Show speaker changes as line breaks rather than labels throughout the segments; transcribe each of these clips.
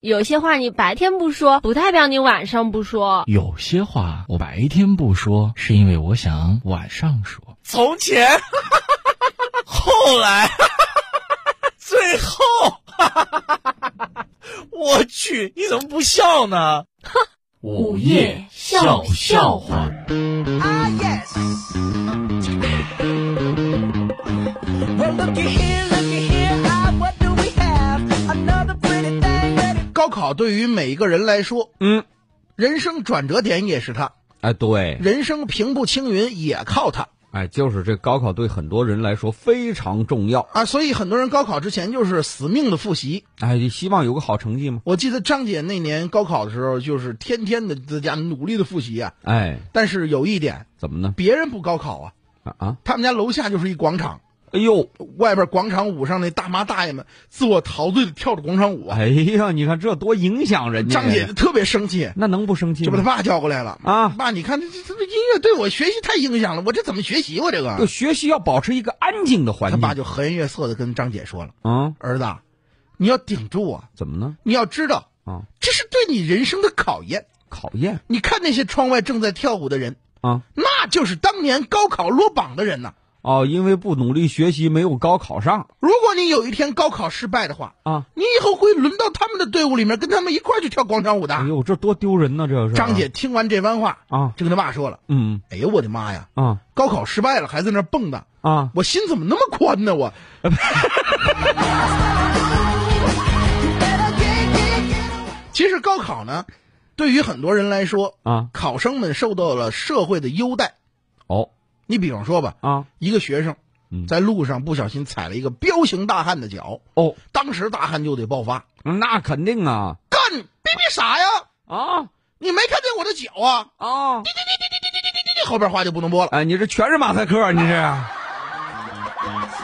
有些话你白天不说，不代表你晚上不说。
有些话我白天不说，是因为我想晚上说。
从前， 后来， 最后， 我去，你怎么不笑呢？
午夜笑笑话。
Ah, yes. Well, looky here, looky here, ah, what do we have? Another pretty thing that
高考对于每一个人来说，
嗯，
人生转折点也是它，
哎，对，
人生平步青云也靠它
哎，就是这高考对很多人来说非常重要。
啊。所以很多人高考之前就是死命的复习。
哎，希望有个好成绩吗？
我记得张姐那年高考的时候，就是天天的在家努力的复习啊。
哎，
但是有一点，
怎么呢？
别人不高考啊，
啊啊！
他们家楼下就是一广场，
哎呦，
外边广场舞上那大妈大爷们自我陶醉的跳着广场舞啊。
哎呀，你看这多影响人家呀。
张姐特别生气，
那能不生气
就把他
吗？
爸叫过来了
嗯啊
爸，你看这这这这音乐对我学习太影响了，我这怎么学习啊我这个？
就学习要保持一个安静的环
他
境。
爸就和颜悦色的跟张姐说了
啊，：“
儿子啊，你要顶住啊！
怎么呢？
你要知道，
啊，
这是对你人生的考验。
考验
你看那些窗外正在跳舞的人，
啊，
那就是当年高考落榜的人呐、
哦，因为不努力学习，没有高考上
如果你有一天高考失败的话，
啊。
你以后会轮到他们的队伍里面，跟他们一块儿去跳广场舞的。
哎呦，这多丢人呐！这是
张姐听完这番话，
啊，
就跟他爸说了
嗯：“
哎呦，我的妈呀！
啊
高考失败了，还在那儿蹦跶，
啊，
我心怎么那么宽呢？我 其实高考呢，对于很多人来说
啊，
考生们受到了社会的优待。
哦
你比方说吧，
啊
一个学生
嗯
在路上不小心踩了一个彪形大汉的脚，
哦，
当时大汉就得爆发
那肯定啊：“
干，你逼逼啥呀？
啊
你没看见我的脚啊？
啊！
这后边话就不能播了。
哎，你这全是马赛克，你这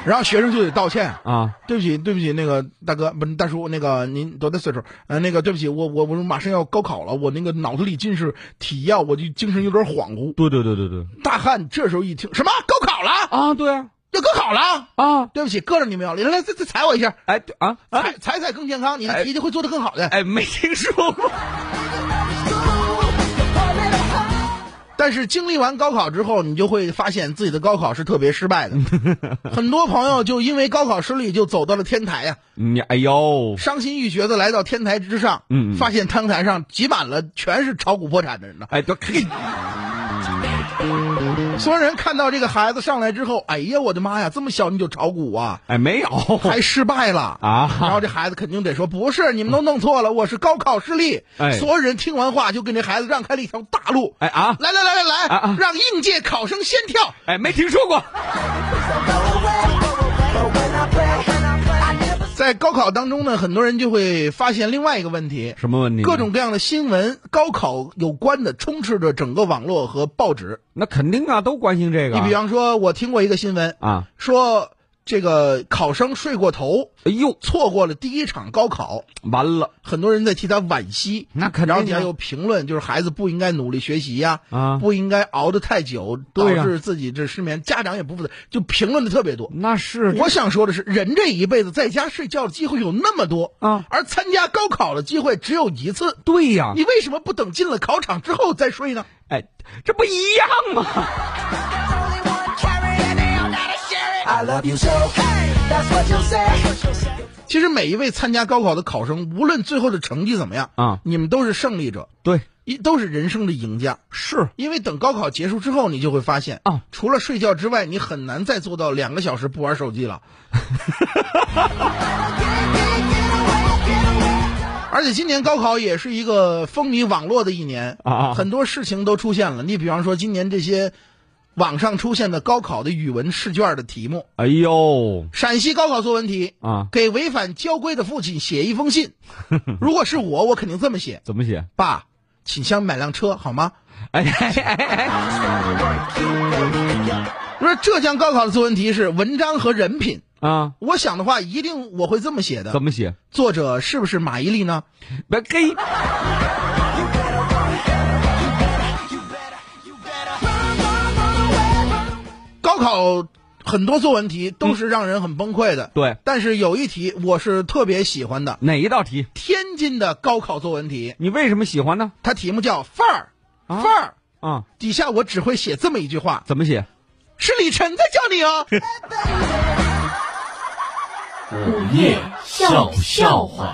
然后学生就得道歉，
啊
对不起，对不起，那个大哥不是大叔，那个您多大岁数？呃，那个对不起，我我我马上要高考了，我那个脑子里尽是体药，我就精神有点恍惚。
对对对对对
大汉这时候一听，什么高考了？
啊，对啊
要高考了？
啊，
对不起，硌着你们了，来来，再再踩我一下，
哎对啊啊，
踩踩踩更健康，你的
哎
题就会做得更好的。
哎，没听说过
但是经历完高考之后，你就会发现自己的高考是特别失 败的。很多朋友就因为高考失利就走到了天台呀、
你，哎呦，
伤心欲绝的来到天台之上，
嗯嗯
发现天台上挤满了全是炒股破产的人呢。
哎都嘿，
所有人看到这个孩子上来之后，哎呀，我的妈呀，这么小你就炒股啊，
哎没有
还失败了！然
啊，
后这孩子肯定得说，不是，你们都弄错了，我是高考失利。
哎
所有人听完话就给这孩子让开了一条大路。
哎啊，
来来来来来，
啊啊
让应届考生先跳。
哎没听说过，
在高考当中呢，很多人就会发现另外一个问题，
什么问题？
各种各样的新闻，高考有关的充斥着整个网络和报纸。
那肯定啊，都关心这个
你比方说，我听过一个新闻，
啊，
说这个考生睡过头，
哎呦，
错过了第一场高考，
完了，
很多人在替他惋惜。
那肯定
然
啊
后底下有评论，就是孩子不应该努力学习呀、
啊
不应该熬得太久，导
对呀
致自己这失眠，家长也不负责，就评论的特别多。
那是
我想说的是，人这一辈子在家睡觉的机会有那么多
啊，
而参加高考的机会只有一次，
对呀，
你为什么不等进了考场之后再睡呢？
哎，这不一样吗？
only one carry and they all gotta share it. I love you so, hey, that's what you say.
其实每一位参加高考的考生，无论最后的成绩怎么样
啊
你们都是胜利者，
对，
一都是人生的赢家。
是
因为等高考结束之后，你就会发现
啊，
除了睡觉之外，你很难再做到两个小时不玩手机了。而且今年高考也是一个风靡网络的一年
啊啊
很多事情都出现了。你比方说，今年这些网上出现的高考的语文试卷的题目，
哎呦
陕西高考作文题
啊，
给违反交规的父亲写一封 信。如果是我，我肯定这么写：
怎么写？
爸，请先买辆车好吗？
哎哎哎哎，
我说浙江高考的作文题是文章和人品。
啊，
我想的话，一定我会这么写的
怎。么写？
作者是不是马伊琍呢？
别给。
高考很多作文题都是让人很崩溃的。
对，
但是有一题我是特别喜欢的，
哪一道题
天津的高考作文题，
你为什么喜欢呢？
它题目叫“范儿”，
啊
范儿。
啊，
底下我只会写这么一句话
怎么写？：“
是李晨在叫你哦。
午夜笑笑话。